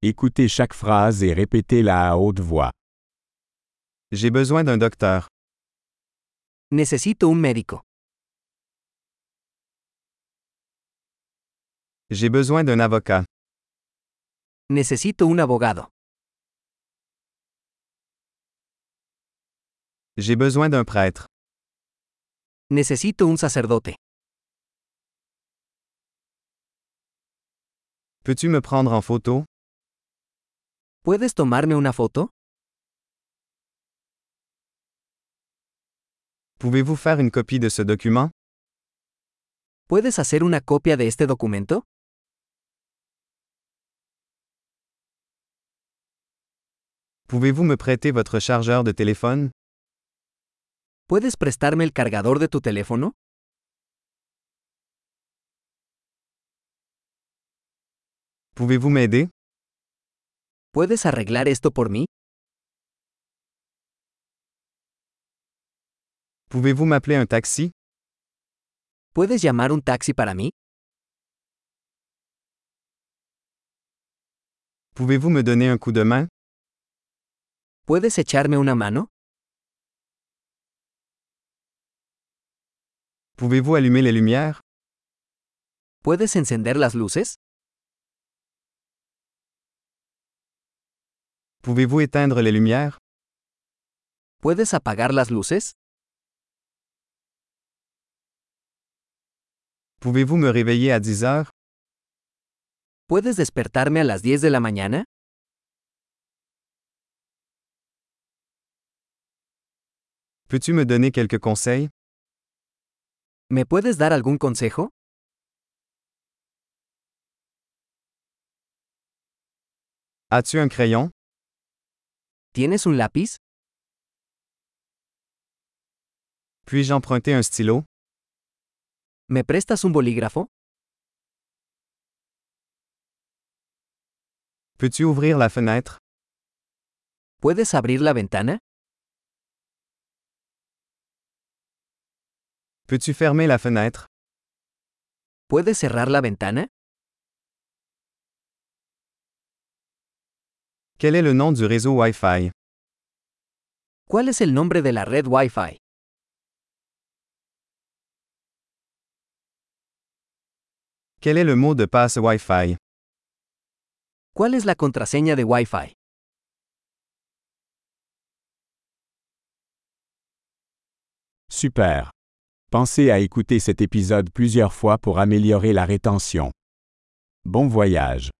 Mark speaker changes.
Speaker 1: Écoutez chaque phrase et répétez-la à haute voix.
Speaker 2: J'ai besoin d'un docteur.
Speaker 3: Necesito un médico.
Speaker 2: J'ai besoin d'un avocat.
Speaker 3: Necesito un abogado.
Speaker 2: J'ai besoin d'un prêtre.
Speaker 3: Necesito un sacerdote.
Speaker 2: Peux-tu me prendre en photo?
Speaker 3: ¿Puedes tomarme una foto?
Speaker 2: Pouvez-vous faire une copie de ce document?
Speaker 3: ¿Puedes hacer una copia de este documento?
Speaker 2: Pouvez-vous me prêter votre chargeur de téléphone?
Speaker 3: ¿Puedes prestarme el cargador de tu teléfono?
Speaker 2: Pouvez-vous m'aider?
Speaker 3: ¿Puedes arreglar esto por mí?
Speaker 2: Pouvez-vous m'appeler un taxi?
Speaker 3: ¿Puedes llamar un taxi para mí?
Speaker 2: Pouvez-vous me donner un coup de main?
Speaker 3: ¿Puedes echarme una mano?
Speaker 2: Pouvez-vous allumer les lumières?
Speaker 3: ¿Puedes encender las luces?
Speaker 2: Pouvez-vous éteindre les lumières?
Speaker 3: ¿Puedes apagar las luces?
Speaker 2: Pouvez-vous me réveiller à 10 heures?
Speaker 3: ¿Puedes despertarme a las 10 de la mañana?
Speaker 2: Peux-tu me donner quelques conseils?
Speaker 3: ¿Me puedes dar algún consejo?
Speaker 2: As-tu un crayon?
Speaker 3: ¿Tienes un lápiz?
Speaker 2: Puis-je emprunter un stylo?
Speaker 3: ¿Me prestas un bolígrafo?
Speaker 2: Peux-tu ouvrir la fenêtre?
Speaker 3: ¿Puedes abrir la ventana?
Speaker 2: Peux-tu fermer la fenêtre?
Speaker 3: ¿Puedes cerrar la ventana?
Speaker 2: Quel est le nom du réseau Wi-Fi?
Speaker 3: ¿Cuál es el nombre de la red Wi-Fi?
Speaker 2: Quel est le mot de passe Wi-Fi?
Speaker 3: ¿Cuál es la contraseña de Wi-Fi?
Speaker 1: Super. Pensez à écouter cet épisode plusieurs fois pour améliorer la rétention. Bon voyage.